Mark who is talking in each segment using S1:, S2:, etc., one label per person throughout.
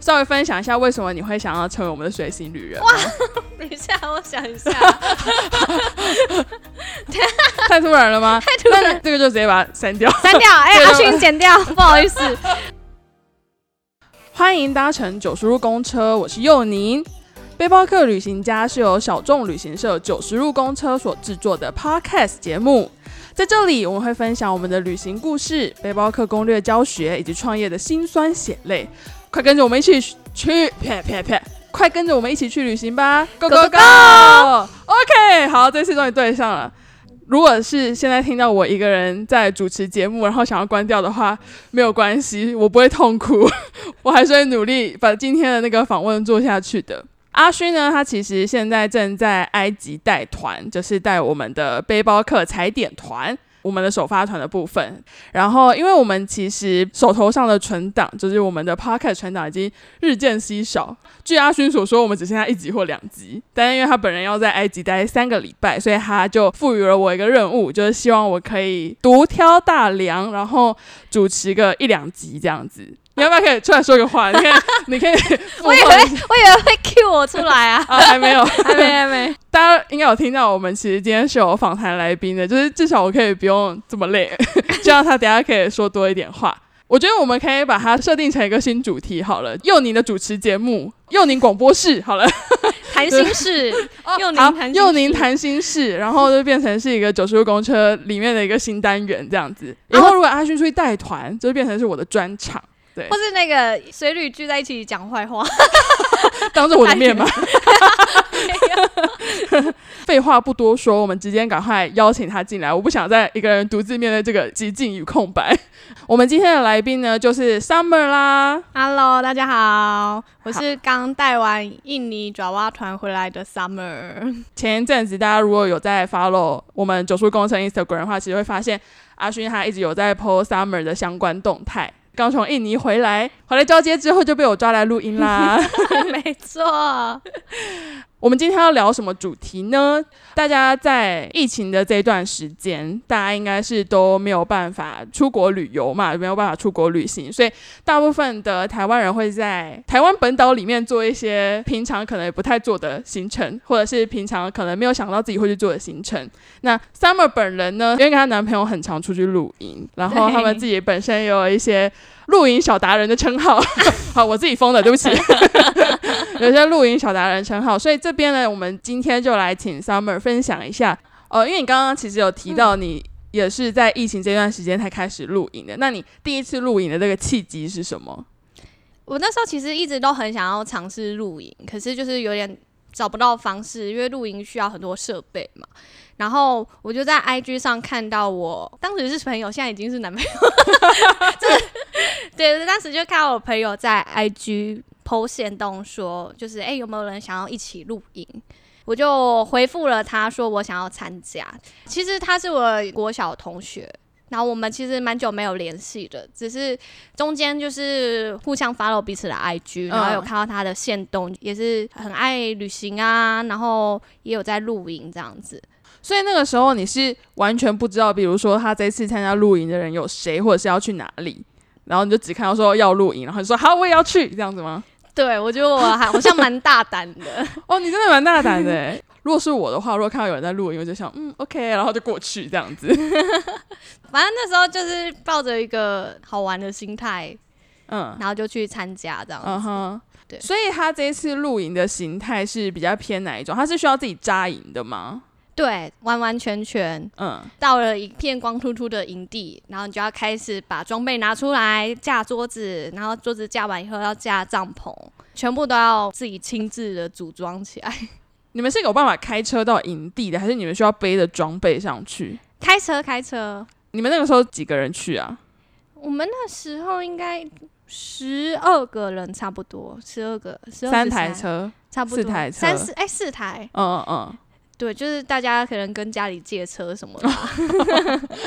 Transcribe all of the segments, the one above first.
S1: 稍微分享一下为什么你会想要成为我们的随行旅人吗？
S2: 等一下，我想一 下，
S1: 太突然了 吗？
S2: 太突然
S1: 那
S2: 了，
S1: 这个就直接把它删掉。
S2: 删掉，哎、
S1: 对
S2: 阿
S1: 了
S2: 勋剪掉， 不好意思，
S1: 欢迎搭乘九十路公车，我是佑宁。背包客旅行家是由小众旅行社九十路公车所制作的 Podcast 节目，在这里我们会分享我们的旅行故事、背包客攻略教学以及创业的辛酸血泪。快跟着我们一起去去，啪啪啪！快跟着我们一起去旅行吧！Go
S2: Go,
S1: go
S2: go,
S1: go！OK，好，这次终于对上了。如果是现在听到我一个人在主持节目，然后想要关掉的话，没有关系，我不会痛苦， 我还是会努力把今天的那个访问做下去的。阿勋呢，他其实现在正在埃及带团，就是带我们的背包客踩点团，我们的首发团的部分。然后，因为我们其实手头上的存档，就是我们的 Pocket 存档已经日渐稀少，据阿勋所说，我们只剩下一集或两集，但是因为他本人要在埃及待三个礼拜，所以他就赋予了我一个任务，就是希望我可以独挑大梁，然后主持个一两集这样子。你要不要可以 出来说个话？你看，你可以附
S2: 我以为
S1: 和一下，
S2: 我以为会 cue 我出来啊
S1: 啊，还没有，
S2: 还没还没，
S1: 大家应该有听到，我们其实今天是有访谈来宾的，就是至少我可以不用这么累， 这样他等下可以说多一点话。我觉得我们可以把它设定成一个新主题好了，佑宁的主持节目，佑宁广播室好了，
S2: 谈心事，哦佑宁
S1: 好
S2: 谈心
S1: 佑宁
S2: 室
S1: 谈心事，然后就变成是一个九十路公车里面的一个新单元这样子。以
S2: 啊
S1: 后如果阿勋出去带团，就变成是我的专场，
S2: 或是那个随旅聚在一起讲坏话，
S1: 当着我的面嘛。
S2: 没有
S1: 废话不多说，我们直接赶快邀请他进来。我不想再一个人独自面对这个寂静与空白。 我们今天的来宾呢，就是 Summer 啦。
S2: Hello，大家好，我是刚带完印尼爪哇团回来的 Summer。
S1: 前一阵子大家如果有在 follow 我们九叔工程 Instagram 的话，其实会发现阿勋他一直有在 po Summer 的相关动态。刚从印尼回来，回来交接之后就被我抓来录音啦。
S2: 没错，
S1: 我们今天要聊什么主题呢？大家在疫情的这段时间，大家应该是都没有办法出国旅游嘛，没有办法出国旅行，所以大部分的台湾人会在台湾本岛里面做一些平常可能也不太做的行程，或者是平常可能没有想到自己会去做的行程。那 Summer 本人呢，因为跟她男朋友很常出去露营，然后他们自己本身也有一些露营小达人的称号， 好，我自己封的，对不起。 有些露营小达人称号，所以这边呢，我们今天就来请 Summer 分享一下。呃，因为你刚刚其实有提到你也是在疫情这段时间才开始露营的，那你第一次露营的这个契机是什么？
S2: 我那时候其实一直都很想要尝试露营，可是就是有点找不到方式，因为露营需要很多设备嘛。然后我就在 IG 上看到我当时是朋友，现在已经是男朋友， 就是对，当时就看到我朋友在 IG 剖线动说，就是哎、诶有没有人想要一起露营？我就回复了他说我想要参加。其实他是我国小同学，然后我们其实蛮久没有联系的，只是中间就是互相 follow 彼此的 IG，然后有看到他的线动，也是很爱旅行啊，然后也有在露营这样子。
S1: 所以那个时候你是完全不知道，比如说他这次参加露营的人有谁，或者是要去哪里，然后你就只看到说要露营，然后你说好，我也要去，这样子吗？
S2: 对，我觉得我还好像蛮大胆的，
S1: 哦，你真的蛮大胆的欸。如果是我的话，如果看到有人在露营，我就想嗯，OK，然后就过去这样子。
S2: 反正那时候就是抱着一个好玩的心态，
S1: 嗯，
S2: 然后就去参加这样子。
S1: 嗯哼，
S2: 对
S1: 所以他这一次露营的形态是比较偏哪一种？他是需要自己扎营的吗？
S2: 对，完完全全
S1: 嗯，
S2: 到了一片光秃秃的营地，然后你就要开始把装备拿出来架桌子，然后桌子架完以后要架帐篷，全部都要自己亲自的组装起来。
S1: 你们是有办法开车到营地的，还是你们需要背着装备上去？
S2: 开车，开车，
S1: 你们那个时候几个人去啊？
S2: 我们那时候应该十二个人差不多，十二个，十二
S1: 三台，车，
S2: 差不多
S1: 四台车
S2: 三四哎四台，
S1: 嗯嗯
S2: 对，就是大家可能跟家里借车什么的，
S1: 啊嗯，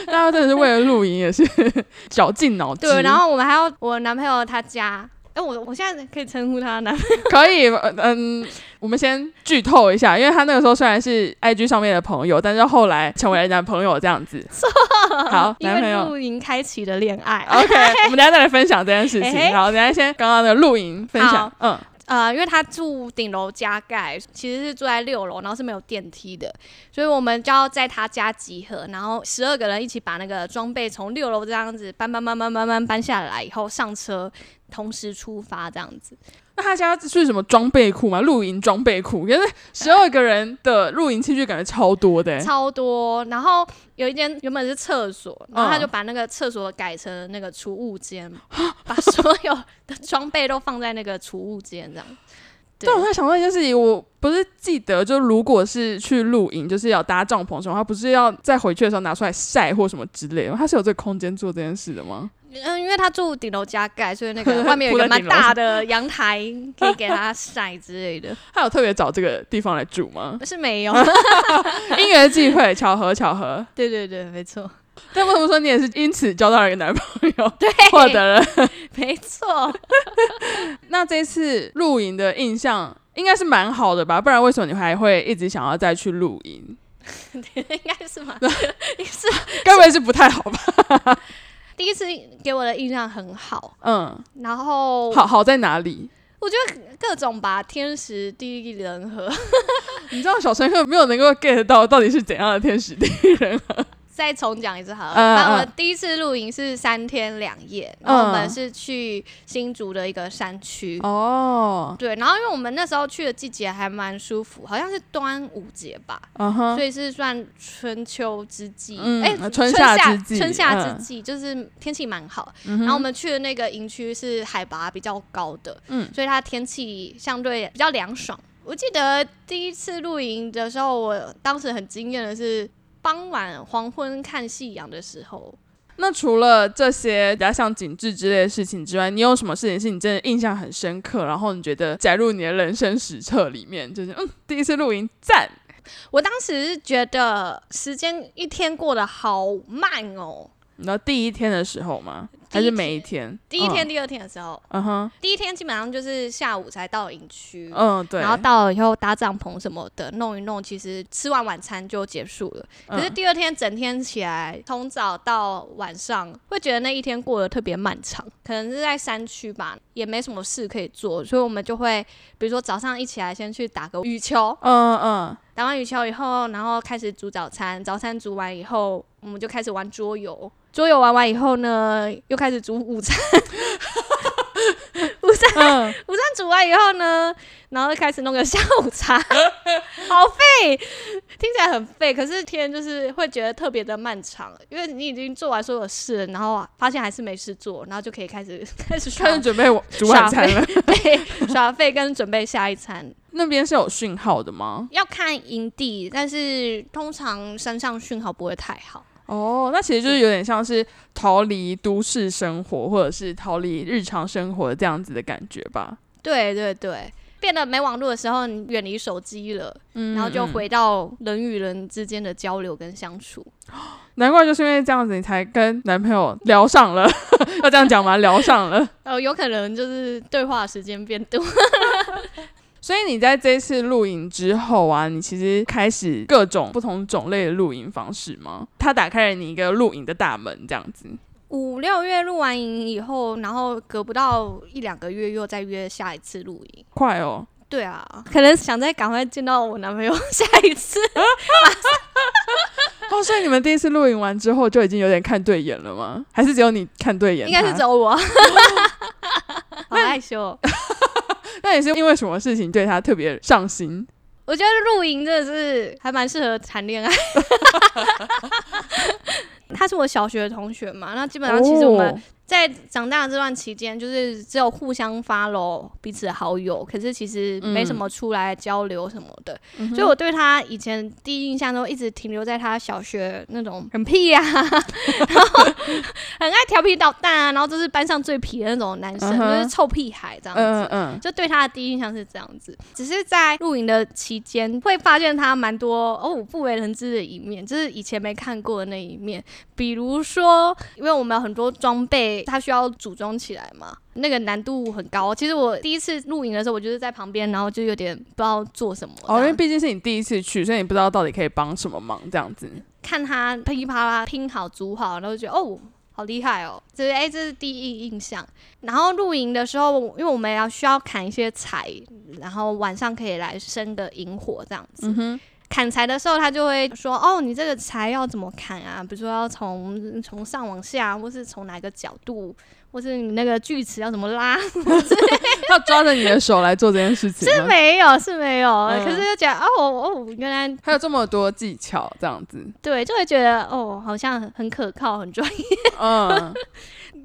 S1: 大家真的是为了露营也是 绞尽脑汁。
S2: 对，然后我们还要我男朋友他家。哎、我我现在可以称呼他男朋
S1: 可以，呃嗯，我们先剧透一下，因为他那个时候虽然是 IG 上面的朋友，但是后来成为了男朋友这样 子。
S2: 友，
S1: 好
S2: 因
S1: 男朋
S2: 为
S1: 友啊
S2: 露营开启了恋爱。
S1: OK，我们等一下再来分享这件事
S2: 嘿嘿
S1: 情。好，等一下先刚刚的露营分享
S2: 好，
S1: 嗯，
S2: 呃，因为他住顶楼加盖，其实是住在六楼，然后是没有电梯的，所以我们就要在他家集合，然后十二个人一起把那个装备从六楼这样子搬搬搬搬搬搬搬下来以后上车，同时出发这样子。
S1: 那他家是什么装备库吗？露营装备库，因为十二个人的露营器具感觉超多的、欸。
S2: 超多。然后有一间原本是厕所，然后他
S1: 嗯
S2: 就把那个厕所改成那个储物间，
S1: 啊
S2: 把所有的装备都放在那个储物间这样。对
S1: 但我在想到一件事情，我不是记得，就如果是去露营，就是要搭帐篷什么，他不是要在回去的时候拿出来晒或什么之类的吗？他是有这个空间做这件事的吗？
S2: 嗯，因为他住顶楼加盖，所以那个外面有 一个
S1: 铺在
S2: 蛮
S1: 顶楼
S2: 大
S1: 上
S2: 的阳台，可以给他晒之类的。
S1: 他有特别找这个地方来住 吗？
S2: 是没有，
S1: 因缘际会，巧合，巧合。
S2: 对对对，没 错，
S1: 但为什么说你也是因此交到了一个男朋 友，
S2: 对，
S1: 获得了？
S2: 没错。
S1: 那这次露营的印象应该是蛮好的吧？不然为什么你还会一直想要再去露营？
S2: 应该是嘛？是
S1: 该不会是不太好吧？
S2: 第一次给我的印象很好，
S1: 嗯，
S2: 然后
S1: 好好在哪里？
S2: 我觉得各种吧，天时地利人和，
S1: 你知道小乘客没有能够 get 到到底是怎样的天时地利 人和？
S2: 再重讲一次好了。
S1: 嗯
S2: 反正我们
S1: 嗯
S2: 第一次露营是三天两夜，然后我们
S1: 嗯
S2: 是去新竹的一个山区。
S1: 哦，
S2: 对，然后因为我们那时候去的季节还蛮舒服，好像是端午节吧，
S1: 嗯哼，
S2: 所以是算春秋之际，
S1: 嗯
S2: 哎、
S1: 呃
S2: 春
S1: 春
S2: 夏
S1: 夏之际
S2: 春夏之
S1: 嗯
S2: 际、就是天气蛮好、然后我们去的那个营区是海拔比较高的，
S1: 嗯
S2: 所以它天气相对比较嗯凉爽。我记得第一次露营的时候，我当时很惊艳的是傍晚黄昏看夕阳的时候，
S1: 那除了这些比较像景致之类的事情之外，你有什么事情是你真的印象很深刻，然后你觉得载入你的人生史册里面，就是嗯，第一次露营赞，
S2: 我当时是觉得时间一天过得好慢哦。
S1: 你知道第一天的时候吗？
S2: 第
S1: 还
S2: 一天
S1: 是每一天？
S2: 第一天、
S1: 嗯，
S2: 第二天的时候，
S1: 嗯哼，
S2: 第一天基本上就是下午才到营区，
S1: 嗯，对，
S2: 然后到了以后搭帐篷什么的，弄一弄，其实吃完晚餐就结束了。可是
S1: 嗯
S2: 第二天整天起来，从早到晚上，会觉得那一天过得特别漫长。可能是在山区吧，也没什么事可以做，所以我们就会，比如说早上一起来先去打个羽球，
S1: 嗯嗯，
S2: 打完羽球以后，然后开始煮早餐，早餐煮完以后，我们就开始玩桌游。桌游玩完以后呢，又开始煮午餐。午餐
S1: 嗯，
S2: 午餐煮完以后呢，然后就开始弄个下午茶， 好废，听起来很废，可是天就是会觉得特别的漫长，因为你已经做完所有事了，然后、啊、发现还是没事做，然后就可以开始 开 始
S1: 开
S2: 耍
S1: 始准备我煮晚餐了。
S2: 对耍废跟准备下一餐。
S1: 那边是有讯号的吗？
S2: 要看营地，但是通常山上讯号不会太好。
S1: 哦，那其实就是有点像是逃离都市生活，或者是逃离日常生活这样子的感觉吧。
S2: 对对对。变得没网络的时候，你远离手机了，
S1: 嗯，
S2: 然后就
S1: 嗯
S2: 回到人与人之间的交流跟相处。
S1: 嗯难怪就是因为这样子，你才跟男朋友聊上了， 要这样讲吗？聊上了。
S2: 哦，有可能就是对话时间变多。
S1: 所以你在这一次露营之后啊，你其实开始各种不同种类的露营方式吗？它打开了你一个露营的大门，这样子。
S2: 五六月录完营以后，然后隔不到一两个月又再约下一次录营。
S1: 快哦！
S2: 对啊，可能想再赶快见到我男朋友 下一次。
S1: 哦，所以你们第一次露营完之后就已经有点看对眼了吗？还是只有你看对眼？
S2: 应该是只。有我， 好害羞哦。
S1: 那你是因为什么事情对他特别上心？
S2: 我觉得露营真的是还蛮适合谈恋爱。 他是我小学的同学嘛，那基本上其实我们
S1: 哦
S2: 在长大这段期间，就是只有互相发 o 彼此好友，可是其实没什么出来交流什么的，所以我对他以前第一印象都一直停留在他小学那种很屁呀、 然后很爱调皮捣蛋啊，然后就是班上最皮的那种男生
S1: 嗯哼
S2: 就是臭屁孩这样子。
S1: 嗯嗯
S2: 就对他的第一印象是这样子，只是在露营的期间会发现他蛮多哦不为人知的一面，就是以前没看过的那一面。比如说，因为我们有很多装备，它需要组装起来嘛，那个难度很高。其实我第一次露营的时候，我就是在旁边，然后就有点不知道做什么这样。
S1: 哦，因为毕竟是你第一次去，所以你不知道到底可以帮什么忙，这样子。
S2: 看他噼里啪啦拼好组好，然后就觉得哦，好厉害哦！这是哎，这是第一印象。然后露营的时候，因为我们要需要砍一些柴，然后晚上可以来生个萤火这样子。
S1: 嗯
S2: 砍柴的时候，他就会说：“哦，你这个柴要怎么砍啊？比如说要从从上往下，或是从哪个角度，或是你那个锯齿要怎么拉。”
S1: 他抓着你的手来做这件事情
S2: 是
S1: 吗，
S2: 没有，是没有。
S1: 嗯
S2: 可是就觉得哦哦，原来
S1: 还有这么多技巧，这样子。
S2: 对，就会觉得哦，好像很很可靠，很专业。
S1: 嗯，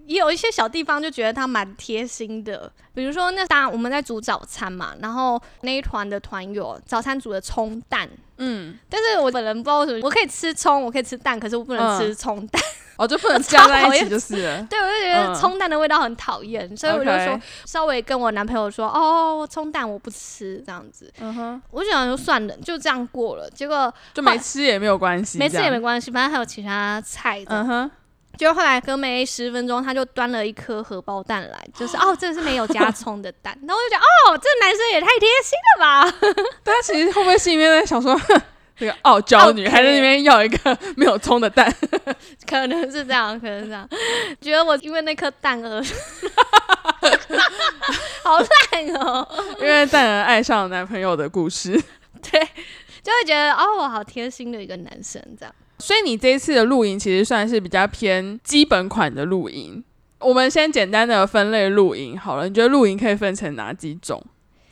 S2: 也有一些小地方就觉得他蛮贴心的，比如说那当我们在煮早餐嘛，然后那一团的团友早餐煮的葱蛋，
S1: 嗯，
S2: 但是我本人不知道为什么，我可以吃葱，我可以吃蛋，可是我不能
S1: 嗯
S2: 吃葱蛋，
S1: 哦，就 不能加在一起就是了。
S2: 对我就觉得
S1: 嗯
S2: 葱蛋的味道很讨厌，所以我就说
S1: OK
S2: 稍微跟我男朋友说，哦，葱蛋我不吃这样子，
S1: 嗯哼，
S2: 我就想说算了，就这样过了，结果
S1: 就没吃也没有关系，
S2: 没吃也
S1: 这
S2: 没
S1: 样。
S2: 关系，反正还有其他菜这样
S1: 嗯哼，
S2: 就后来隔没十分钟，他就端了一颗荷包蛋来，就是哦，这个是没有加葱的蛋。然后我就觉得哦，这男生也太贴心了吧！
S1: 但他其实会不会心里面在想说， 哼这个傲 娇女
S2: OK
S1: 还在那边要一个 没有葱的蛋？
S2: 可能是这样，可能是这样，觉得我因为那颗蛋而， 好烂哦，
S1: 因为蛋儿爱上男朋友的故事。
S2: 对，就会觉得哦，好贴心的一个男生这样。
S1: 所以你这一次的露营其实算是比较偏基本款的露营。我们先简单的分类露营好了，你觉得露营可以分成哪几种？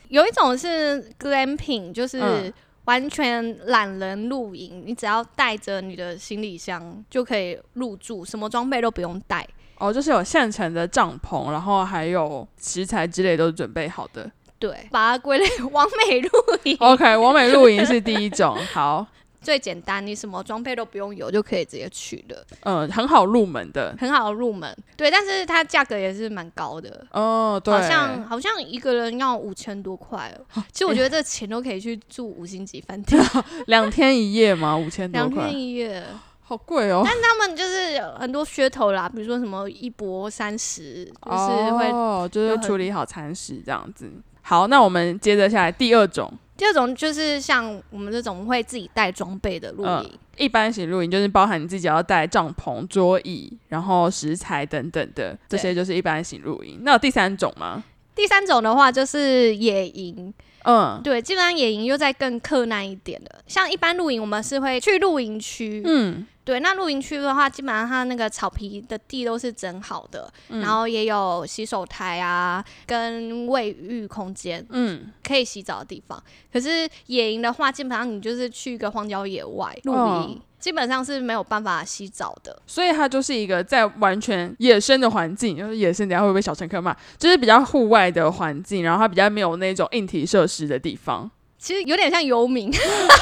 S2: 有一种是 glamping，就是
S1: 嗯
S2: 完全懒人露营，你只要带着你的行李箱就可以入住，什么装备都不用带。
S1: 哦，就是有现成的帐篷，然后还有食材之类都是准备好 的。
S2: 对，把它归类完美露营，
S1: OK，完美露营是第一种，好，
S2: 最简单，你什么装备都不用有就可以直接去的，
S1: 嗯，很好入门的。
S2: 很好入门。对，但是它价格也是蛮高的，
S1: 哦，对，
S2: 好像好像一个人要五千多块哦。其实我觉得这钱都可以去住五星级饭店，
S1: 两天一夜嘛，哎五千多
S2: 两天
S1: 块，
S2: 一夜。
S1: 好贵哦。
S2: 但他们就是有很多噱头啦，比如说什么一博三十，就是会。
S1: 哦，就
S2: 有
S1: 是
S2: 很
S1: 处理好餐食这样子。好，那我们接着下来第二种，
S2: 第二种就是像我们这种会自己带装备的露
S1: 嗯
S2: 营，
S1: 一般型露营就是包含你自己要带帐篷、桌椅，然后食材等等的，这
S2: 对
S1: 些就是一般型露营。那有第三种吗？
S2: 第三种的话就是野营，
S1: 嗯
S2: 对，基本上野营又再更困难一点了。像一般露营，我们是会去露营区，
S1: 嗯，
S2: 对，那露营区的话，基本上它那个草皮的地都是整好的，
S1: 嗯
S2: 然后也有洗手台啊，跟卫浴空间，
S1: 嗯，
S2: 可以洗澡的地方。可是野营的话，基本上你就是去一个荒郊野外露营，
S1: 哦
S2: 基本上是没有办法洗澡的。
S1: 所以它就是一个在完全野生的环境，就是野生，等一下会不会被小乘客骂？就是比较户外的环境，然后它比较没有那种硬体设施的地方。
S2: 其实有点像游民，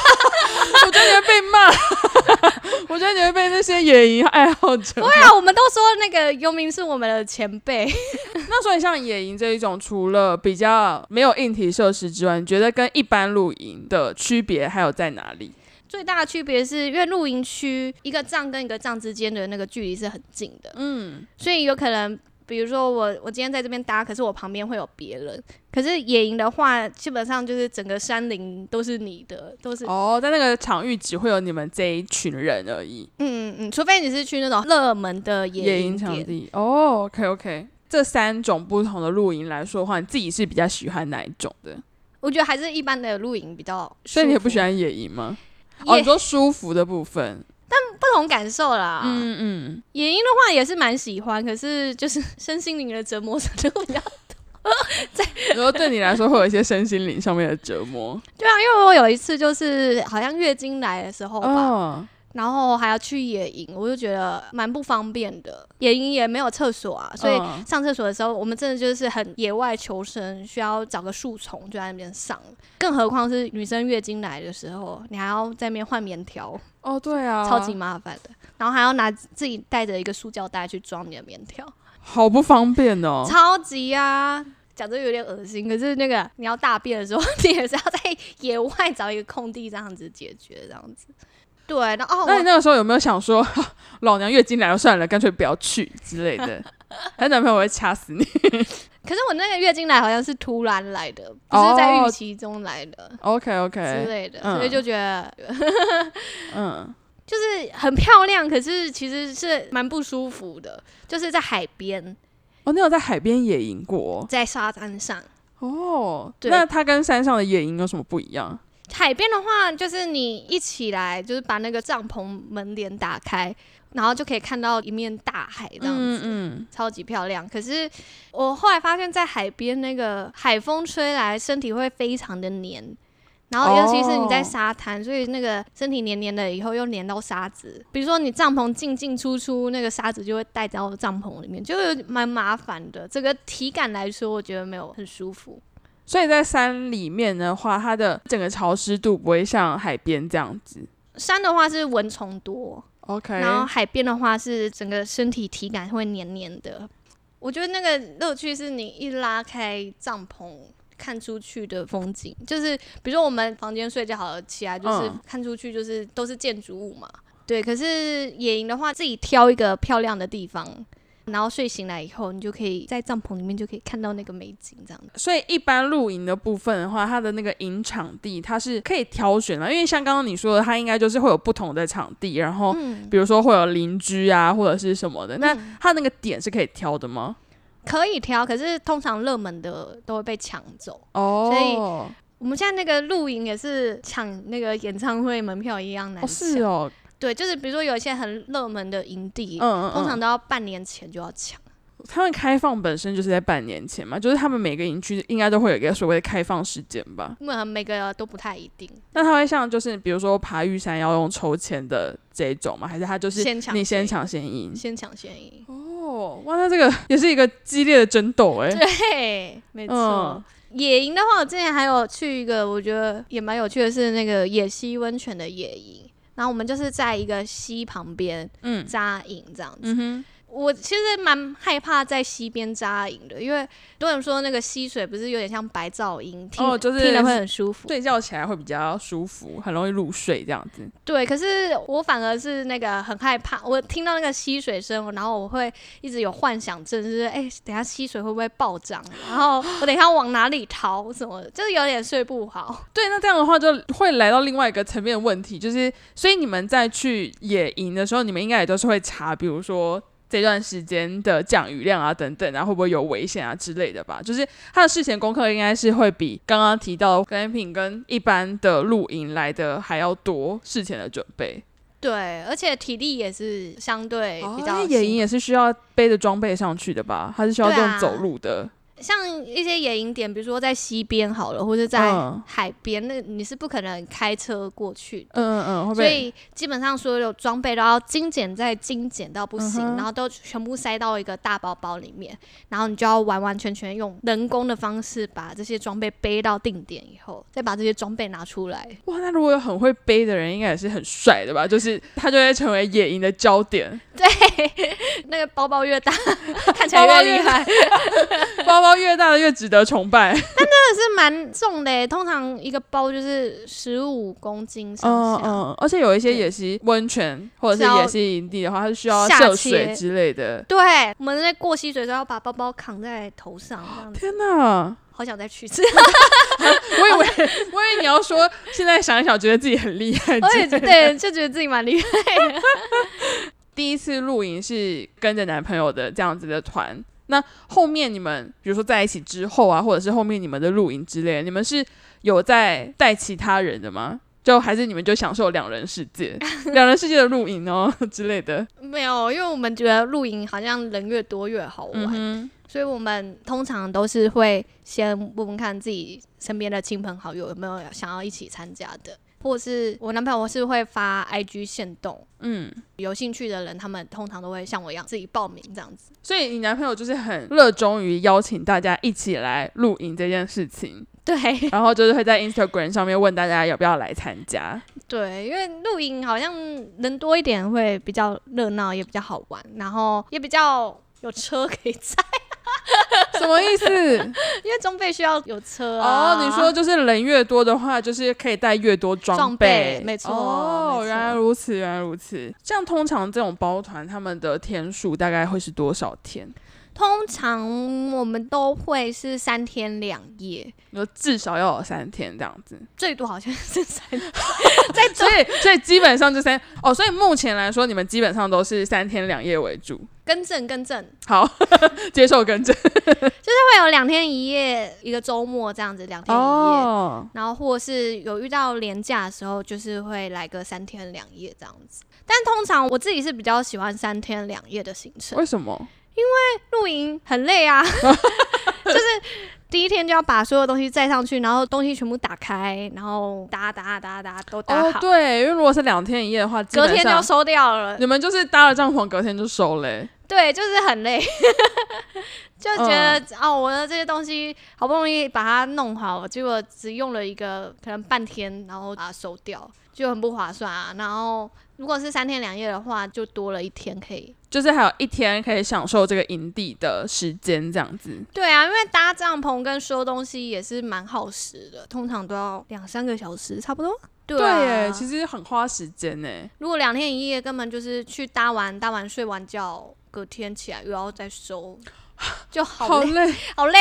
S1: 我觉得你会被骂， 我觉得你会被那些野营爱好者
S2: 对啊，我们都说那个游民是我们的前辈。
S1: 那所以像野营这一种，除了比较没有硬体设施之外，你觉得跟一般露营的区别还有在哪里？
S2: 最大的区别是因为露营区一个帐跟一个帐之间的那个距离是很近的，嗯，所以有可能，比如说我我今天在这边搭，可是我旁边会有别人。可是野营的话，基本上就是整个山林都是你的，都是，
S1: 哦，在那个场域只会有你们这一群人而已。
S2: 嗯嗯嗯，除非你是去那种热门的
S1: 野
S2: 营
S1: 营场
S2: 点。
S1: 地哦，OK OK，这三种不同的露营来说的话，你自己是比较喜欢哪一种的？
S2: 我觉得还是一般的露营比较舒服，
S1: 所以你也不喜欢野营吗？哦，
S2: 也
S1: 你说舒服的部分，
S2: 不同感受啦。
S1: 嗯嗯，
S2: 野营的话也是蛮喜欢，可是就是身心灵的折磨程 度比较
S1: 然后对你来说会有一些身心灵上面的折磨。
S2: 对啊，因为我有一次就是好像月经来的时候吧，
S1: 哦，
S2: 然后还要去野营，我就觉得蛮不方便的。野营也没有厕所啊，所以
S1: 嗯
S2: 上厕所的时候，我们真的就是很野外求生，需要找个树丛就在那边上。更何况是女生月经来的时候，你还要在那边换棉条，
S1: 哦，对啊，
S2: 超级麻烦的。然后还要拿自己带着一个塑胶袋去装你的棉条，
S1: 好不方便哦。
S2: 超级啊！讲这有点恶心，可是那个你要大便的时候， 你也是要在野外找一个空地这样子解决，这样子。对，然后哦，
S1: 那你
S2: 我
S1: 那个时候有没有想说，老娘月经来了，算了，干脆不要去之类的？她男朋友会掐死你。
S2: 可是我那个月经来好像是突然来的，不是在预期中来的
S1: OK
S2: 之
S1: OK，
S2: 类的，
S1: 嗯
S2: 所以就觉得
S1: 嗯，
S2: 就是很漂亮，可是其实是蛮不舒服的，就是在海边，
S1: 哦，你有在海边野营过
S2: 在沙滩上。
S1: 哦？
S2: 对
S1: 那它跟山上的野营有什么不一样？
S2: 海边的话，就是你一起来，就是把那个帐篷门帘打开，然后就可以看到一面大海这样子，
S1: 嗯
S2: 超级漂亮。可是我后来发现，在海边那个海风吹来，身体会非常的黏。然后，尤其是你在沙滩所以那个身体黏黏的，以后又黏到沙子。比如说你帐篷进进出出，那个沙子就会带到帐篷里面，就是蛮麻烦的。这个体感来说，我觉得没有很舒服。
S1: 所以在山里面的话，它的整个潮湿度不会像海边这样子。
S2: 山的话是蚊虫多，
S1: OK，
S2: 然后海边的话是整个身体体感会黏黏的。我觉得那个乐趣是你一拉开帐篷看出去的风景，就是比如说我们房间睡觉好了，起来就是
S1: 嗯
S2: 看出去就是都是建筑物嘛。对，可是野营的话，自己挑一个漂亮的地方，然后睡醒来以后，你就可以在帐篷里面就可以看到那个美景，这样子。
S1: 所以一般露营的部分的话，它的那个营场地它是可以挑选的，因为像刚刚你说的，它应该就是会有不同的场地，然后
S2: 嗯，
S1: 比如说会有邻居啊或者是什么的，那
S2: 嗯
S1: 它那个点是可以挑的吗？
S2: 可以挑，可是通常热门的都会被抢走。
S1: 哦，
S2: 所以我们现在那个露营也是抢那个演唱会门票一样难
S1: 哦是
S2: 抢，
S1: 哦，
S2: 对，就是比如说有一些很热门的营地，
S1: 嗯嗯，
S2: 通常
S1: 嗯
S2: 都要半年前就要抢。
S1: 他们开放本身就是在半年前嘛，就是他们每个营区应该都会有一个所谓的开放时间吧。
S2: 因为每个都不太一定，
S1: 那它会像就是比如说爬玉山要用抽签的这一种吗？还是它就是
S2: 先抢
S1: 你先
S2: 先
S1: 抢先赢？
S2: 先抢先赢。
S1: 哦，哇，那这个也是一个激烈的争斗哎、
S2: 对， 没错。
S1: 嗯
S2: 野营的话，我之前还有去一个，我觉得也蛮有趣的是那个野溪温泉的野营，然后我们就是在一个溪旁边
S1: 嗯
S2: 扎营这样子。
S1: 嗯哼。
S2: 我其实蛮害怕在溪边扎营的，因为多人说那个溪水不是有点像白噪音，听、
S1: 哦就是
S2: 听了会很舒服。
S1: 睡觉起来会比较舒服，很容易入睡这样子。
S2: 对，可是我反而是那个很害怕，我听到那个溪水声，然后我会一直有幻想症，就是哎、等一下溪水会不会暴涨？然后我等一下往哪里逃？什么的？就是有点睡不好。
S1: 对，那这样的话就会来到另外一个层面的问题，就是所以你们在去野营的时候，你们应该也都是会查，比如说这段时间的降雨量啊等等啊，会不会有危险啊之类的吧？就是他的事前功课应该是会比刚刚提到的 glamping 跟一般的露营来的还要多事前的准备。
S2: 对，而且体力也是相对比较、
S1: 因为哦野营。也是需要背着装备上去的吧？它是需要这
S2: 对啊
S1: 种走路的。
S2: 像一些野营点，比如说在溪边好了，或者在
S1: 嗯
S2: 海边，那你是不可能开车过去的。
S1: 嗯嗯嗯，会不
S2: 所
S1: 会？
S2: 以基本上所有装备都要精简再精简到不行，
S1: 嗯哼
S2: 然后都全部塞到一个大包包里面，然后你就要完完全全用人工的方式把这些装备背到定点以后，再把这些装备拿出来。
S1: 哇，那如果有很会背的人，应该也是很帅的吧？就是他就会成为野营的焦点，
S2: 那个包包越 大，看起来越厉害，
S1: 包包越大的越值得崇拜。
S2: 真的是蛮重的耶。通常一个包就是十五公斤 上
S1: 嗯
S2: 下。
S1: 嗯，而且有一些野溪温泉或者是野溪营地的话，它是需要涉水之类的。
S2: 对，我们在过溪水的时候要把包包扛在头上，这样子，
S1: 天哪！
S2: 好想再去一次。
S1: 我以为 我以为你要说现在想一想，觉得自己很厉害
S2: 我
S1: 之
S2: 也
S1: 类的。
S2: 对，就觉得自己蛮厉害。
S1: 第一次露营是跟着男朋友的这样子的团。那后面你们，比如说在一起之后啊，或者是后面你们的露营之类的，你们是有在带其他人的吗？就还是你们就享受两人世界，两人世界的露营哦之类的。
S2: 没有，因为我们觉得露营好像人越多越好玩，
S1: 嗯哼，
S2: 所以我们通常都是会先问问看自己身边的亲朋好友有没有想要一起参加的，或是我男朋友是会发 IG 限动，
S1: 嗯，
S2: 有兴趣的人他们通常都会像我一样自己报名这样子。
S1: 所以你男朋友就是很热衷于邀请大家一起来露营这件事情，
S2: 对
S1: 然后就是会在 Instagram 上面问大家要不要来参加。
S2: 对，因为露营好像人多一点会比较热闹，也比较好玩，然后也比较有车可以载，
S1: 什么意思？
S2: 因为装备需要有车啊。
S1: 哦，你说就是人越多的话，就是可以带越多装
S2: 装备没错
S1: 哦
S2: 没，错
S1: 原来如此，原来如此。像通常这种包团，他们的天数大概会是多少天？
S2: 通常我们都会是三天两夜，
S1: 你说至少要有三天这样子，
S2: 最多好像是三天，在
S1: 所以所以基本上这三哦，所以目前来说，你们基本上都是三天两夜为主。
S2: 更正更 正，
S1: 好， 接受更正
S2: 会有两天一夜，一个周末这样子两天一夜。
S1: 哦。
S2: 然后或是有遇到廉价的时候，就是会来个三天两夜这样子。但通常我自己是比较喜欢三天两夜的行程，
S1: 为什么？
S2: 露营很累 啊，就是第一天就要把所有东西载上去，然后东西全部打开，然后搭搭搭搭都搭
S1: 哦，
S2: 呃好，
S1: 对，因为如果是两天一夜的话，基
S2: 隔
S1: 本
S2: 天就要
S1: 上
S2: 收掉了。
S1: 你们就是搭了帐篷，隔天就收嘞、
S2: 对，就是很累， 就觉得、
S1: 嗯
S2: 哦，我的这些东西好不容易把它弄好，结果只用了一个可能半天，然后把它收掉，就很不划算啊。然后如果是三天两夜的话，就多了一天可以。
S1: 就是还有一天可以享受这个营地的时间，这样子。
S2: 对啊，因为搭帐篷跟收东西也是蛮耗时的，通常都要两三个小时差不多。对啊，
S1: 耶，其实很花时间呢。
S2: 如果两天一夜，根本就是去搭完搭完睡完觉，隔天起来又要再收，就好
S1: 好
S2: 累
S1: 累，
S2: 好累。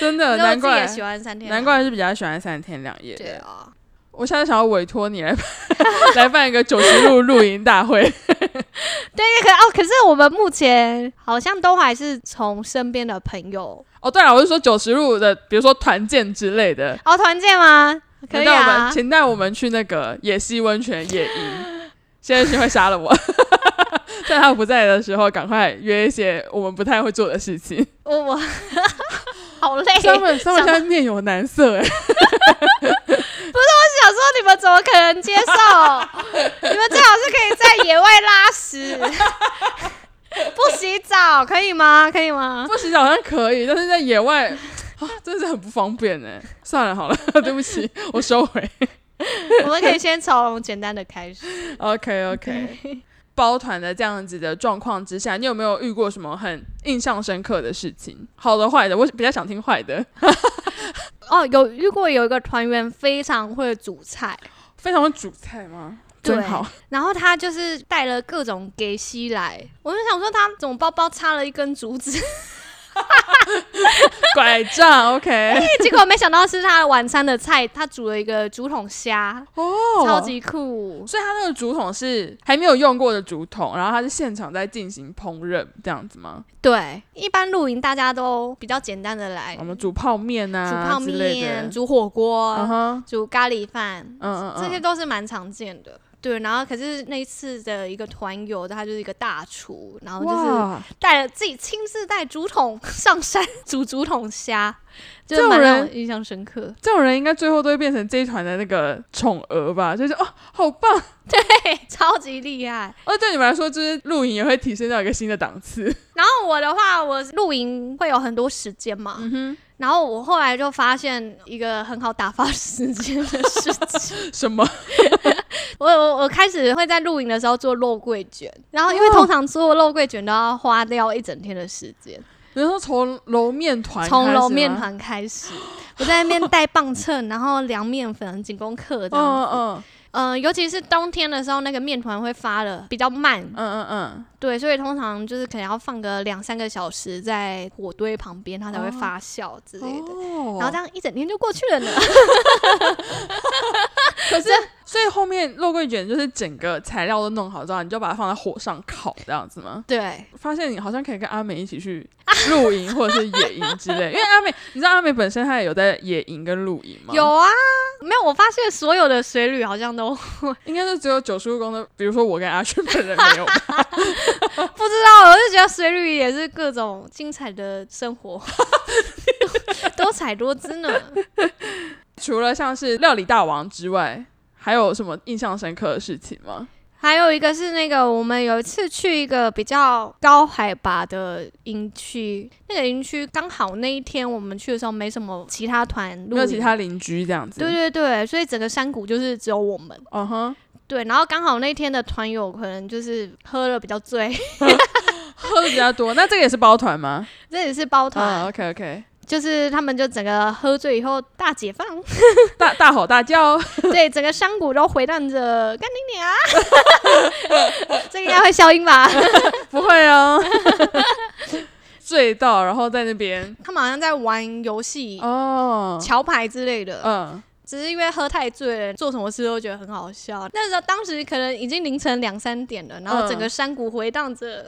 S1: 真
S2: 所
S1: 的，
S2: 以我
S1: 难
S2: 自己
S1: 怪
S2: 也喜欢三天两夜，
S1: 难怪是比较喜欢三天两夜
S2: 对
S1: 的。
S2: 啊，
S1: 我现在想要委托你来办 来办一个九十路露营大 会，
S2: 那个哦，可是我们目前好像都还是从身边的朋友
S1: 哦，对了，我是说九十路的，比如说团建之类的，
S2: 哦团建吗？可
S1: 请
S2: 以
S1: 带我们，
S2: 啊，
S1: 请带我们去那个野溪温泉野 营。现在你会杀了我， 在他不在的时候，赶快约一些我们不太会做的事情。
S2: 我我好累。
S1: 他们他们
S2: 哎想
S1: 现在面有难色哎，
S2: 想说你们怎么可能接受？你们最好是可以在野外拉屎，不洗澡可以吗？可以吗？
S1: 不洗澡好像可以，但是在野外、 啊真的是很不方便哎。算了好 了，对不起，我收回。
S2: 我们可以先从简单的开始。
S1: OK OK，包团的这样子的状况之下，你有没有遇过什么很印象深刻的事情？好的、坏的，我比较想听坏的。
S2: 哦，有遇过有一个团员非常会煮菜，
S1: 非常会煮菜吗？
S2: 对
S1: 真好，
S2: 然后他就是带了各种给西来，我就想说他怎么包包插了一根竹子，
S1: 拐杖 OK
S2: 结果没想到是他晚餐的菜，他煮了一个竹筒虾，
S1: 哦，
S2: 超。级酷。
S1: 所以他那个竹筒是还没有用过的竹筒，然后他是现场在进行烹饪这样子吗？
S2: 对，一般露营大家都比较简单的来
S1: 我，们煮泡面
S2: 哎煮
S1: 啊
S2: 泡
S1: 之类的
S2: 面、，煮火锅、
S1: 嗯哼，
S2: 煮咖喱饭，
S1: 嗯嗯嗯，
S2: 这些都是蛮常见的。对，然后可是那一次的一个团友，他就是一个大厨，然后就是
S1: 哇，
S2: 带了自己亲自带竹筒上山煮竹 筒虾，就
S1: 这
S2: 是
S1: 种
S2: 蛮让我
S1: 人
S2: 印象深刻。
S1: 这种人应该最后都会变成这一团的那个宠儿吧？就是哦，好棒。哎
S2: 对，超级厉害。
S1: 哦，对你们来说，就是露营也会提升到一个新的档次。
S2: 然后我的话，我露营会有很多时间嘛，
S1: 嗯
S2: 然后我后来就发现一个很好打发时间的事 情，
S1: 什么？
S2: 我我我开始会在露营的时候做肉桂卷，然后因为通常做肉桂卷都要花掉一整天的时间，
S1: 你说从揉面团，
S2: 从揉面，团开始，我在那边带磅秤，然后量面粉、仅供克这样
S1: 嗯
S2: 子，
S1: 嗯
S2: 嗯、尤其是冬天的时候，那个面团会发的比较慢，
S1: 嗯嗯嗯，
S2: 对，所以通常就是可能要放个两三个小时在火堆旁边，它才会
S1: 哦
S2: 发酵之类的。
S1: 哦
S2: 然后这样一整天就过去了呢。
S1: 可是，所以后面肉桂卷就是整个材料都弄好之后，你就把它放在火上烤这样子吗？
S2: 对，
S1: 发现你好像可以跟阿美一起去露营或者是野营之类，因为阿美，你知道阿美本身她也有在野营跟露营吗？
S2: 有，啊，没有？我发现所有的水旅好像 都
S1: 应该是只有九叔公的，比如说我跟阿轩本人没有吧。
S2: 不知道，我就觉得水旅也是各种精彩的生 活，多彩多姿呢。
S1: 除了像是料理大王之外，还有什么印象深刻的事情吗？
S2: 还有一个是那个，我们有一次去一个比较高海拔的营区，那个营区刚好那一天我们去的时候没什么其他团露营，
S1: 没有其他邻居这样子？
S2: 对，对对，所以整个山谷就是只有我们。
S1: 嗯哼，
S2: 对，然后刚好那天的团友可能就是喝了比较醉，
S1: 喝的比较多。那 这个也是包团吗？
S2: 这也是包团，
S1: 啊，OK OK，
S2: 就是他们就整个喝醉以后大解放，
S1: 大大吼大叫，
S2: 对，整个山谷都回荡着干你娘，啊 这个应该会消音吧？
S1: 不会哦。隧道，然后在那边
S2: 他们好像在玩游戏、
S1: 哦，
S2: 桥牌之类的，
S1: 嗯，
S2: 只是因为喝太醉了，做什么事都觉得很好笑。那时候当时可能已经凌晨两三点了，然后
S1: 嗯
S2: 整个山谷回荡着，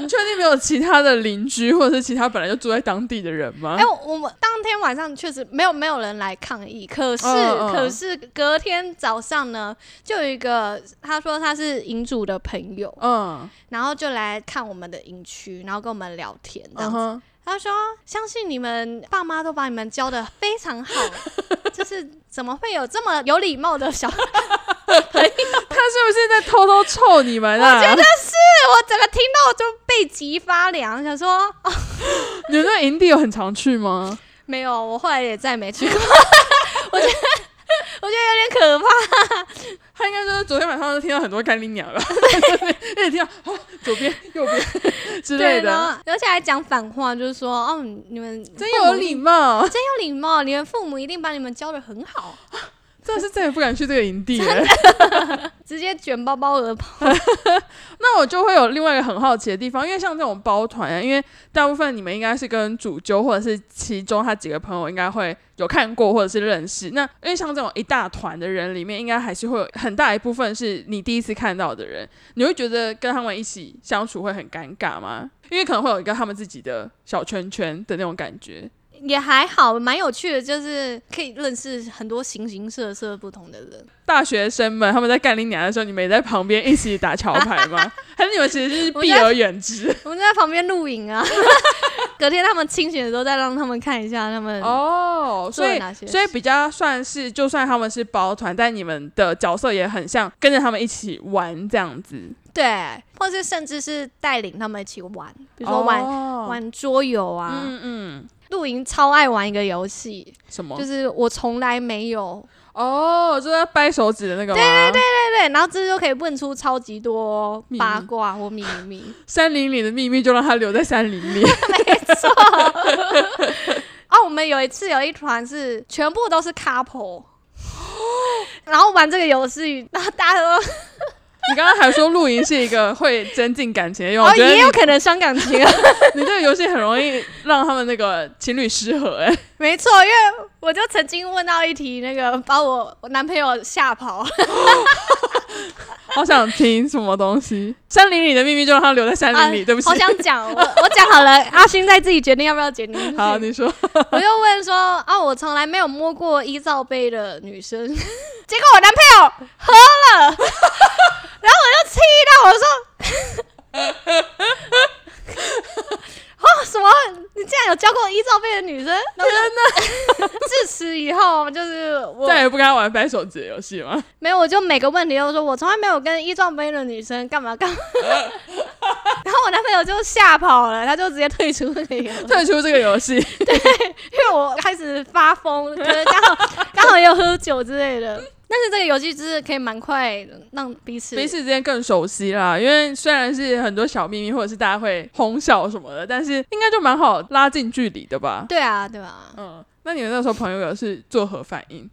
S1: 你确定没有其他的邻居或者是其他本来就住在当地的人吗？
S2: 哎、我我们当天晚上确实没有没有人来抗议，可是、
S1: 嗯嗯
S2: 可是隔天早上呢，就有一个他说他是营主的朋友，
S1: 嗯，
S2: 然后就来看我们的营区，然后跟我们聊天这样
S1: 嗯
S2: 子。
S1: 哼，
S2: 他说相信你们爸妈都把你们教的非常好， 就是怎么会有这么有礼貌的小孩？
S1: 他是不是在偷偷臭你们啊？
S2: 我整个听到就背脊发凉，想说、哦、
S1: 你们那营地有很常去吗？
S2: 没有，我后来也再没去过，我 觉得 我觉得有点可怕。
S1: 他应该就是昨天晚上就听到很多干拎鸟了， 而且听到、啊、左边、右边之类
S2: 对
S1: 的，
S2: 然后而且还讲反话，就是说，哦，你们
S1: 真
S2: 父
S1: 有
S2: 母
S1: 礼貌，
S2: 真有礼貌，你们父母一定把你们教的很好，
S1: 真的是再也不敢去这个营地了。
S2: 直接卷包包而跑。
S1: 那我就会有另外一个很好奇的地方，因为像这种包团啊，因为大部分你们应该是跟主揪或者是其中他几个朋友应该会有看过或者是认识。那因为像这种一大团的人里面，应该还是会有很大一部分是你第一次看到的人，你会觉得跟他们一起相处会很尴尬吗？因为可能会有一个他们自己的小圈圈的那种感觉。
S2: 也还好，蛮有趣的，就是可以认识很多形形色色不同的人。
S1: 大学生们他们在干林娘的时候，你们也在旁边一起打桥牌吗？ 还是你们其实是
S2: 我
S1: 避
S2: 在
S1: 而远 之？
S2: 我们在旁边录 影啊，隔天他们清醒的时候再让他们看一下他们。
S1: 哦，所
S2: 做了
S1: 以
S2: 哪些
S1: 所以
S2: 事
S1: 比较算是，就算他们是包团，但你们的角色也很像跟着他们一起玩这样子，
S2: 对，或是甚至是带领他们一起玩，比如说玩、
S1: 哦、
S2: 玩桌游啊。
S1: 嗯嗯，
S2: 露营超爱玩一个游戏，
S1: 什么？
S2: 就是我从来没有
S1: 哦，就是要掰手指的那个吗？对对对，
S2: 对对，然后这就可以问出超级多
S1: 秘密
S2: 八卦或秘 密。
S1: 山林里的秘密就让它留在山林 里。
S2: 啊，我们有一次有一团是全部都是 couple，然后玩这个游戏，然后大家都
S1: 你刚刚还说露营是一个会增进感情的用，
S2: 哦
S1: 我觉得
S2: 也有
S1: 你
S2: 可能伤感情啊，
S1: 你这个游戏很容易让他们那个情侣失和、 哎，
S2: 没错，因为我就曾经问到一题，那个把我我男朋友吓跑，
S1: 好想听什么东 西？山林里的秘密就让它留在山林里，
S2: 啊
S1: 对不起
S2: 好。想讲，我我讲好了，阿星再自己决定要不要剪进 去。
S1: 好，你说，
S2: 我就问说啊，我从来没有摸过一罩杯的女生， 结果我男朋友喝了， 然后我就气到我说， 哦什么？你竟然有交过一罩杯的女 生？天哪！自此以后就是我
S1: 再也不跟他玩掰手指的游戏 吗？
S2: 没有，我就每个问题都说我从来没有跟一罩杯的女生干 嘛干嘛，然后我男朋友就吓跑了，他就直接退出那个游 戏
S1: 退出这个游戏。
S2: 因为我开始发疯，可能刚好刚好也有喝酒之类的。但是这个游戏就是可以蛮快让彼此
S1: 彼此之间更熟悉啦。因为虽然是很多小秘密，或者是大家会哄笑什么的，但是应该就蛮好拉近距离的吧。
S2: 对啊对 啊，
S1: 嗯，那你们那时候朋友有是作何反应？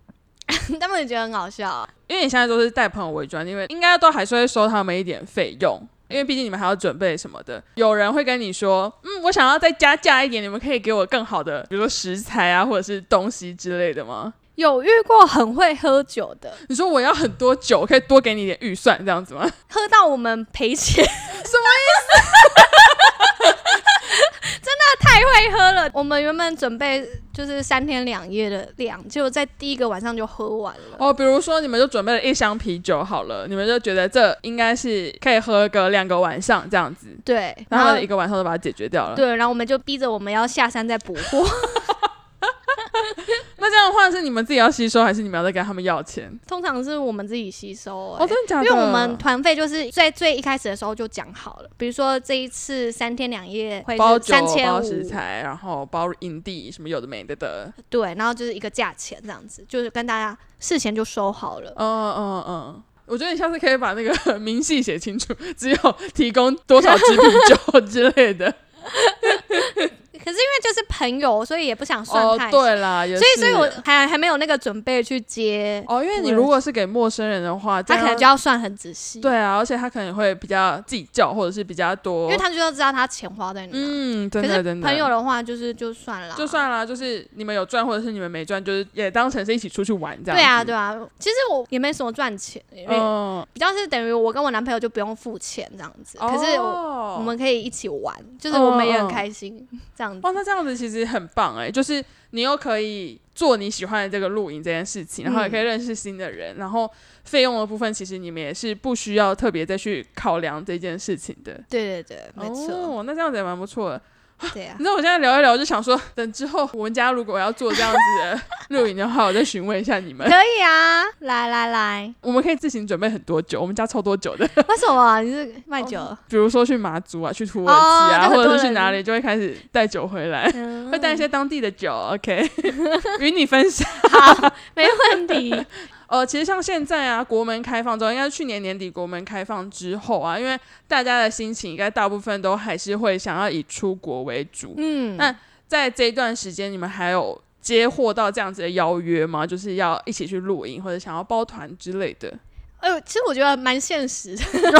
S2: 他们也觉得很好笑啊、
S1: 因为你现在都是带朋友为专，因为应该都还是会收他们一点费用。因为毕竟你们还要准备什么的，有人会跟你说，嗯，我想要再加价一点，你们可以给我更好的，比如说食材啊，或者是东西之类的吗？
S2: 有遇过很会喝酒的，
S1: 你说我要很多酒，可以多给你一点预算这样子吗？
S2: 喝到我们赔 钱，什么意思？ 真的太会喝了。我们原本准备就是三天两夜的量，结果在第一个晚上就喝完了。
S1: 哦，比如说你们就准备了一箱啤酒好了，你们就觉得这应该是可以喝个两个晚上这样子，
S2: 对，
S1: 然
S2: 然
S1: 后
S2: 后
S1: 他们一个晚上就把它解决掉了。
S2: 对，然后我们就逼着我们要下山再补货。
S1: 那这样的话是你们自己要吸收，还是你们要再跟他们要钱？
S2: 通常是我们自己吸收、欸
S1: 哦，真的假的？
S2: 因为我们团费就是在最一开始的时候就讲好了，比如说这一次三天两夜会
S1: 包
S2: 是
S1: 酒、
S2: 三千
S1: 包食
S2: 五，
S1: 材，然后包营地什么有的没的的。
S2: 对，然后就是一个价钱这样子，就是跟大家事前就收好了。
S1: 嗯嗯嗯。我觉得你下次可以把那个明细写清楚，只有提供多少支啤酒之类的。
S2: 可是因为就是朋朋友，所以也不想 算
S1: 哦
S2: 太，
S1: 对啦，也
S2: 所以，所以我
S1: 是
S2: 还还没有那个准备去接，
S1: 哦，因为你
S2: 我
S1: 如果是给陌生人的话，这
S2: 他可能
S1: 样
S2: 就要算很仔细，，
S1: 对啊，而且他可能会比较计较，或者是比较多，
S2: 因为他就要知道他钱花在哪。
S1: 嗯，真
S2: 可是
S1: 的真的，
S2: 朋友的话，就是就算了，
S1: 就算啦，就是你们有赚或者是你们没赚，就是也当成是一起出去玩这样。
S2: 对啊，对，啊。其实我也没什么赚钱，因为
S1: 嗯，
S2: 比较是等于我跟我男朋友就不用付钱这样子，
S1: 哦
S2: 可是我
S1: 我
S2: 我们可以一起玩，就是我们也很
S1: 嗯嗯
S2: 开心这样子
S1: 哇，。那这样子其实很棒哎、就是你又可以做你喜欢的这个露营这件事情，然后也
S2: 嗯
S1: 可以认识新的人，然后费用的部分其实你们也是不需要特别再去考量这件事情的。
S2: 对对对，没错，
S1: 哦，那这样子也蛮不错的。
S2: 对 啊
S1: 你。知道我现在聊一聊，就想说，等之后我们家如果要做这样子的露营的话，我再询问一下你 们。
S2: 可以啊，来来来，
S1: 我们可以自行准备很多酒，我们家超多 酒的。
S2: 为什么啊你是卖酒？
S1: 比如说去马祖啊，去土耳其啊，
S2: 哦就
S1: 或
S2: 很多人
S1: 者是去哪里，就会开始带酒回来，
S2: 嗯
S1: 会带一些当地的酒。OK，与 你分享。
S2: 好，没问题。
S1: 呃，其实像现在啊，国门开放之后，应该是去年年底国门开放之后啊，因为大家的心情应该大部分都还是会想要以出国为主。
S2: 嗯，
S1: 那在这一段时间，你们还有接获到这样子的邀约吗？就是要一起去露营，或者想要包团之类的？
S2: 哎呦，其实我觉得蛮现实的， 就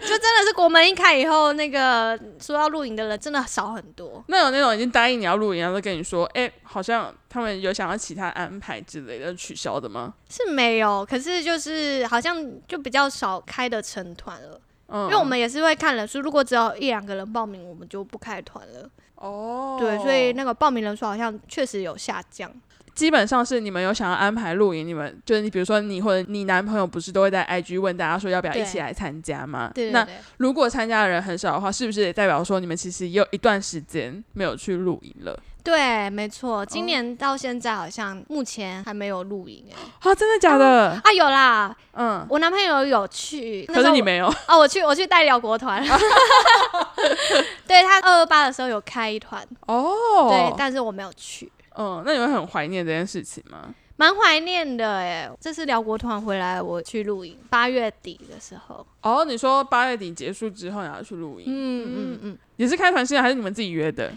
S2: 真的是国门一开以后，那个说要露营的人真的少很多。
S1: 那有那种已经答应你要露营，然后就跟你说，哎、好像他们有想要其他安排之类的取消的吗？
S2: 是没有，可是就是好像就比较少开的成团了，
S1: 嗯，
S2: 因为我们也是会看人数，如果只有一两个人报名，我们就不开团了。
S1: 哦，
S2: 对，所以那个报名人数好像确实有下降。
S1: 基本上是你们有想要安排露营，你们就是你，比如说你或者你男朋友不是都会在 IG 问大家说要不要
S2: 对
S1: 一起来参加吗？
S2: 对对
S1: 那
S2: 对，
S1: 如果参加的人很少的话，是不是也代表说你们其实也有一段时间没有去露营了？
S2: 对，没错，今年到现在好像目前还没有露营哎。
S1: 啊，真的假的？
S2: 啊，有啦，
S1: 嗯，
S2: 我男朋友有去，那
S1: 可
S2: 时
S1: 是
S2: 候
S1: 你
S2: 我
S1: 没有，
S2: 哦，我去我去带辽国 团，对他二二八的时候有开一团，对
S1: 哦，，
S2: 但是我没有去，
S1: 嗯，那你会很怀念这件事情吗？
S2: 蛮怀念的哎。这次辽国团回来，我去露营，八月底的时候，
S1: 哦，你说八月底结束之后你要去露营，
S2: 嗯嗯嗯
S1: 也是开团式的还是你们自己约的？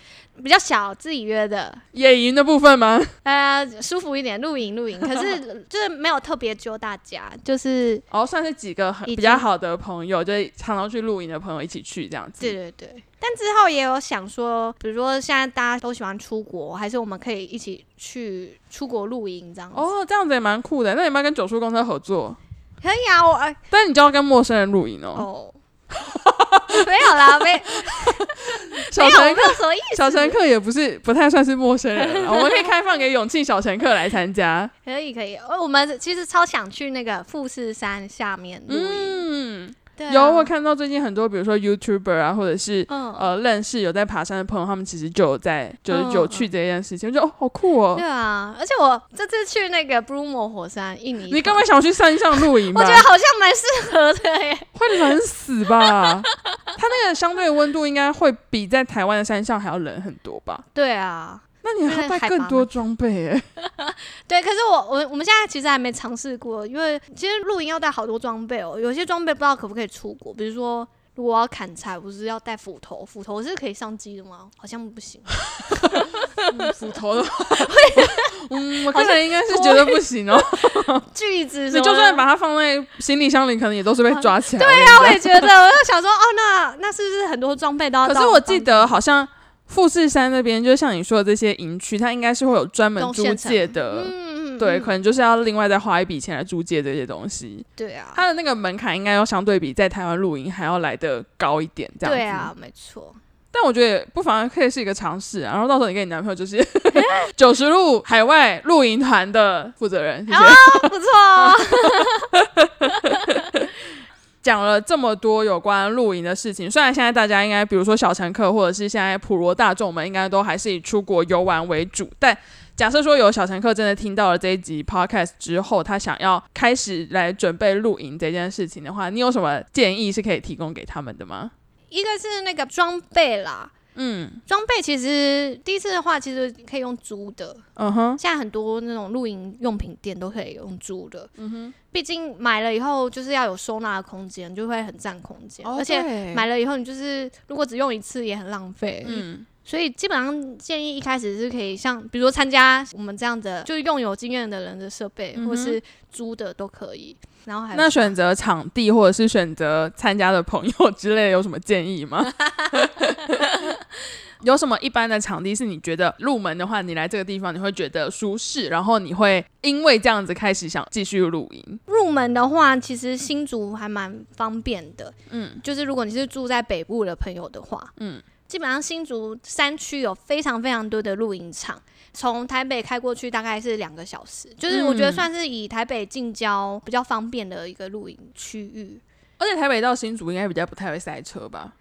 S2: 比较小，自己约的，
S1: 野营的部分吗？
S2: 呃，舒服一点，露营露营，可 是就是没有特别揪大家，就是
S1: 哦，算是几个很
S2: 已
S1: 比
S2: 经
S1: 较好的朋友，就是常常去露营的朋友一起去这样子。
S2: 对对对。但之后也有想说，比如说现在大家都喜欢出国，还是我们可以一起去出国露营这样子。
S1: 哦，这样子也蛮酷的。那你们要跟九叔公车合作，
S2: 可以啊，我哎
S1: 但你就要跟陌生人露营哦。
S2: 哦。 没有啦，没没
S1: 小
S2: 有，我
S1: 乘
S2: 没
S1: 客，
S2: 有什么意思。
S1: 小乘客也不是不太算是陌生 人了，啊我们可以开放给勇气小乘客来参加。
S2: 可以可以，呃我们其实超想去那个富士山下面露营。
S1: 嗯，
S2: 对、啊，
S1: 有我看到最近很多，比如说 YouTuber 啊，或者是。
S2: 嗯，
S1: 呃，认识有在爬山的朋友，他们其实就有在，就是
S2: 嗯
S1: 有去这件事情，我觉得哦，好酷哦
S2: 对！啊，而且我这次去那个 Brumo 火山，印尼，
S1: 你干嘛想去山上露营吧？
S2: 我觉得好像蛮适合的耶。
S1: 会冷死吧？ 它那个相对的温度应该会比在台湾的山上还要冷很多吧？
S2: 对啊，
S1: 那你还要带更多装备哎、
S2: 对，可是我我我们现在其实还没尝试过，因为其实露营要带好多装备哦，有些装备不知道可不可以出国，比如说如果我要砍柴，不是要带斧头，斧头是可以上机的吗？好像不行，啊
S1: 斧头的 话，嗯，我个人应该是觉得不行哦、
S2: 锯子什
S1: 你
S2: 么的
S1: 就算把它放在行李箱里，可能也都是被抓起来。对
S2: 对啊，我也觉 得，我就想说，哦，那那是不是很多装备都啊要到
S1: 可
S2: 当？
S1: 是我记得好像富士山那边，就像你说的这些营区，它应该是会有专门租借的。
S2: 嗯，嗯，
S1: 对，
S2: 嗯
S1: 可能就是要另外再花一笔钱来租借这些东西，
S2: 对啊，
S1: 它的那个门槛应该要相对比在台湾露营还要来的高一点，这样子。
S2: 对啊，没错，
S1: 但我觉得也不妨可以是一个尝试、啊，然后到时候你跟你男朋友就是 九十路海外露营团的负责人，谢谢。
S2: 不错哦，
S1: 讲了这么多有关露营的事情，虽然现在大家应该，比如说小乘客或者是现在普罗大众们，应该都还是以出国游玩为主，但假设说有小乘客真的听到了这一集 podcast 之后，他想要开始来准备露营这件事情的话，你有什么建议是可以提供给他们的吗？
S2: 一个是那个装备啦。
S1: 嗯
S2: 装备其实第一次的话，其实可以用租的，
S1: 嗯哼，
S2: 现在很多那种露营用品店都可以用租的，嗯哼，毕竟买了以后就是要有收纳的空间，就会很占空间，而且
S1: 且
S2: 买了以后你就是如果只用一次也很浪费，
S1: 嗯
S2: 所以基本上建议一开始是可以像比如说参加我们这样的，就是用有经验的人的设备，
S1: 嗯哼
S2: 或是租的都可以。然后还有
S1: 那选择场地或者是选择参加的朋友 之类，有什么建议 吗？有什么一般的场地是你觉得入门的话，你来这个地方你会觉得舒适，然后你会因为这样子开始想继续露营？
S2: 入门的话，其实新竹还蛮方便的。嗯，就是如果你是住在北部的朋友的话，嗯，基本上新竹山区有非常非常多的露营场，从台北开过去大概是两个小时，就是我觉得
S1: 嗯
S2: 算是以台北近郊比较方便的一个露营区域。
S1: 而且台北到新竹应该比较不太会塞车吧？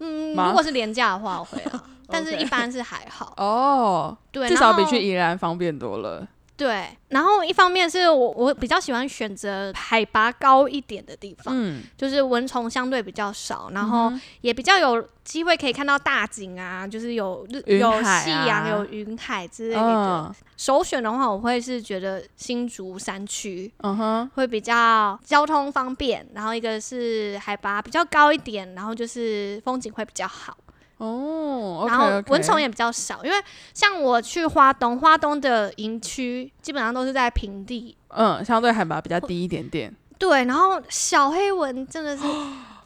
S2: 嗯，
S1: 吗
S2: 如果是廉价的话，我会 啊，但是
S1: OK
S2: 一般是还好。
S1: 哦，
S2: 对，
S1: 至少
S2: 然后
S1: 比去宜兰方便多了。
S2: 对，然后一方面是我我比较喜欢选择海拔高一点的地方，
S1: 嗯，
S2: 就是蚊虫相对比较少，然后也比较有机会可以看到大景啊，就是有日
S1: 云
S2: 有
S1: 海
S2: 夕阳、
S1: 啊
S2: 有云海之类的。
S1: 嗯
S2: 首选的话，我会是觉得新竹山区
S1: 嗯哼，
S2: 会比较交通方便，然后一个是海拔比较高一点，然后就是风景会比较好。
S1: 哦，
S2: 然后
S1: OK，OK
S2: 蚊虫也比较少，因为像我去花东，花东的营区基本上都是在平地，
S1: 嗯，相对海拔比较低一点点。
S2: 对，然后小黑蚊真 的是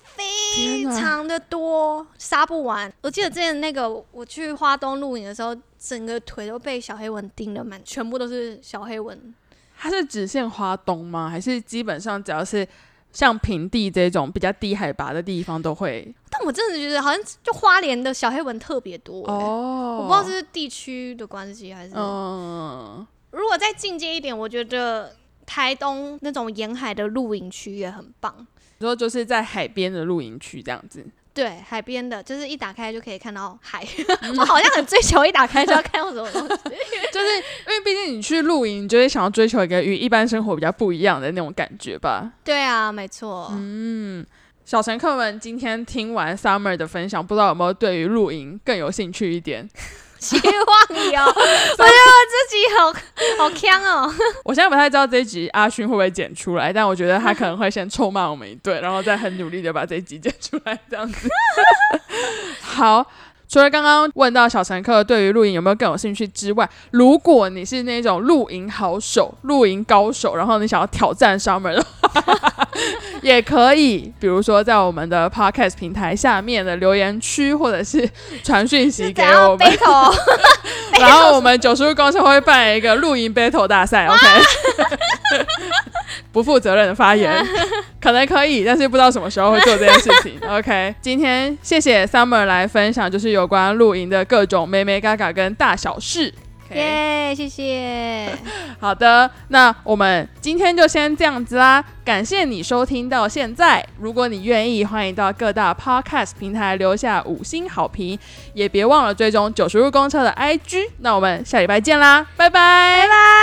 S2: 非
S1: 天哪
S2: 常的多，杀不完。我记得之前那个我去花东露营的时候，整个腿都被小黑蚊叮的满，全部都是小黑蚊。
S1: 它是只限花东吗？还是基本上只要是像平地这种比较低海拔的地方都会？
S2: 但我真的觉得好像就花莲的小黑蚊特别多、欸
S1: 哦
S2: 我不知道是地区的关系还是
S1: 嗯，
S2: 如果再进阶一点，我觉得台东那种沿海的露营区也很棒。
S1: 你说就是在海边的露营区这样子。
S2: 对，海边的，就是一打开就可以看到海。
S1: 嗯
S2: 我好像很追求一打开就要看到什么 东西。
S1: 就是因为毕竟你去露营，你就会想要追求一个与一般生活比较不一样的那种感觉吧。
S2: 对啊，没错。
S1: 嗯小乘客们今天听完 Summer 的分享，不知道有没有对于露营更有兴趣一点？
S2: 希望 有。我觉得我自己好好强哦。
S1: 我现在不太知道这一集阿勋会不会剪出来，但我觉得他可能会先臭骂我们一顿，然后再很努力的把这一集剪出来，这样子。 好，除了刚刚问到小乘客对于露营有没有更有兴趣之外，如果你是那种露营好手、露营高手，然后你想要挑战 Summer 的话， 也可以，比如说在我们的 Podcast 平台下面的留言区，或者是传讯息
S2: 是
S1: 给
S2: 怎样
S1: 我们，
S2: battle？
S1: 然后我们九叔公司会办一个露营 battle 大赛，OK？不负责任的发言，可能可以，但是不知道什么时候会做这件事情。OK，今天谢谢 Summer 来分享，就是有关露营的各种妹妹嘎嘎跟大小事。OK，
S2: 耶，谢谢。
S1: 好的，那我们今天就先这样子啦。感谢你收听到现在，如果你愿意，欢迎到各大 Podcast 平台留下五星好评，也别忘了追踪九十路公车的 IG。那我们下礼拜见啦，拜拜，拜拜。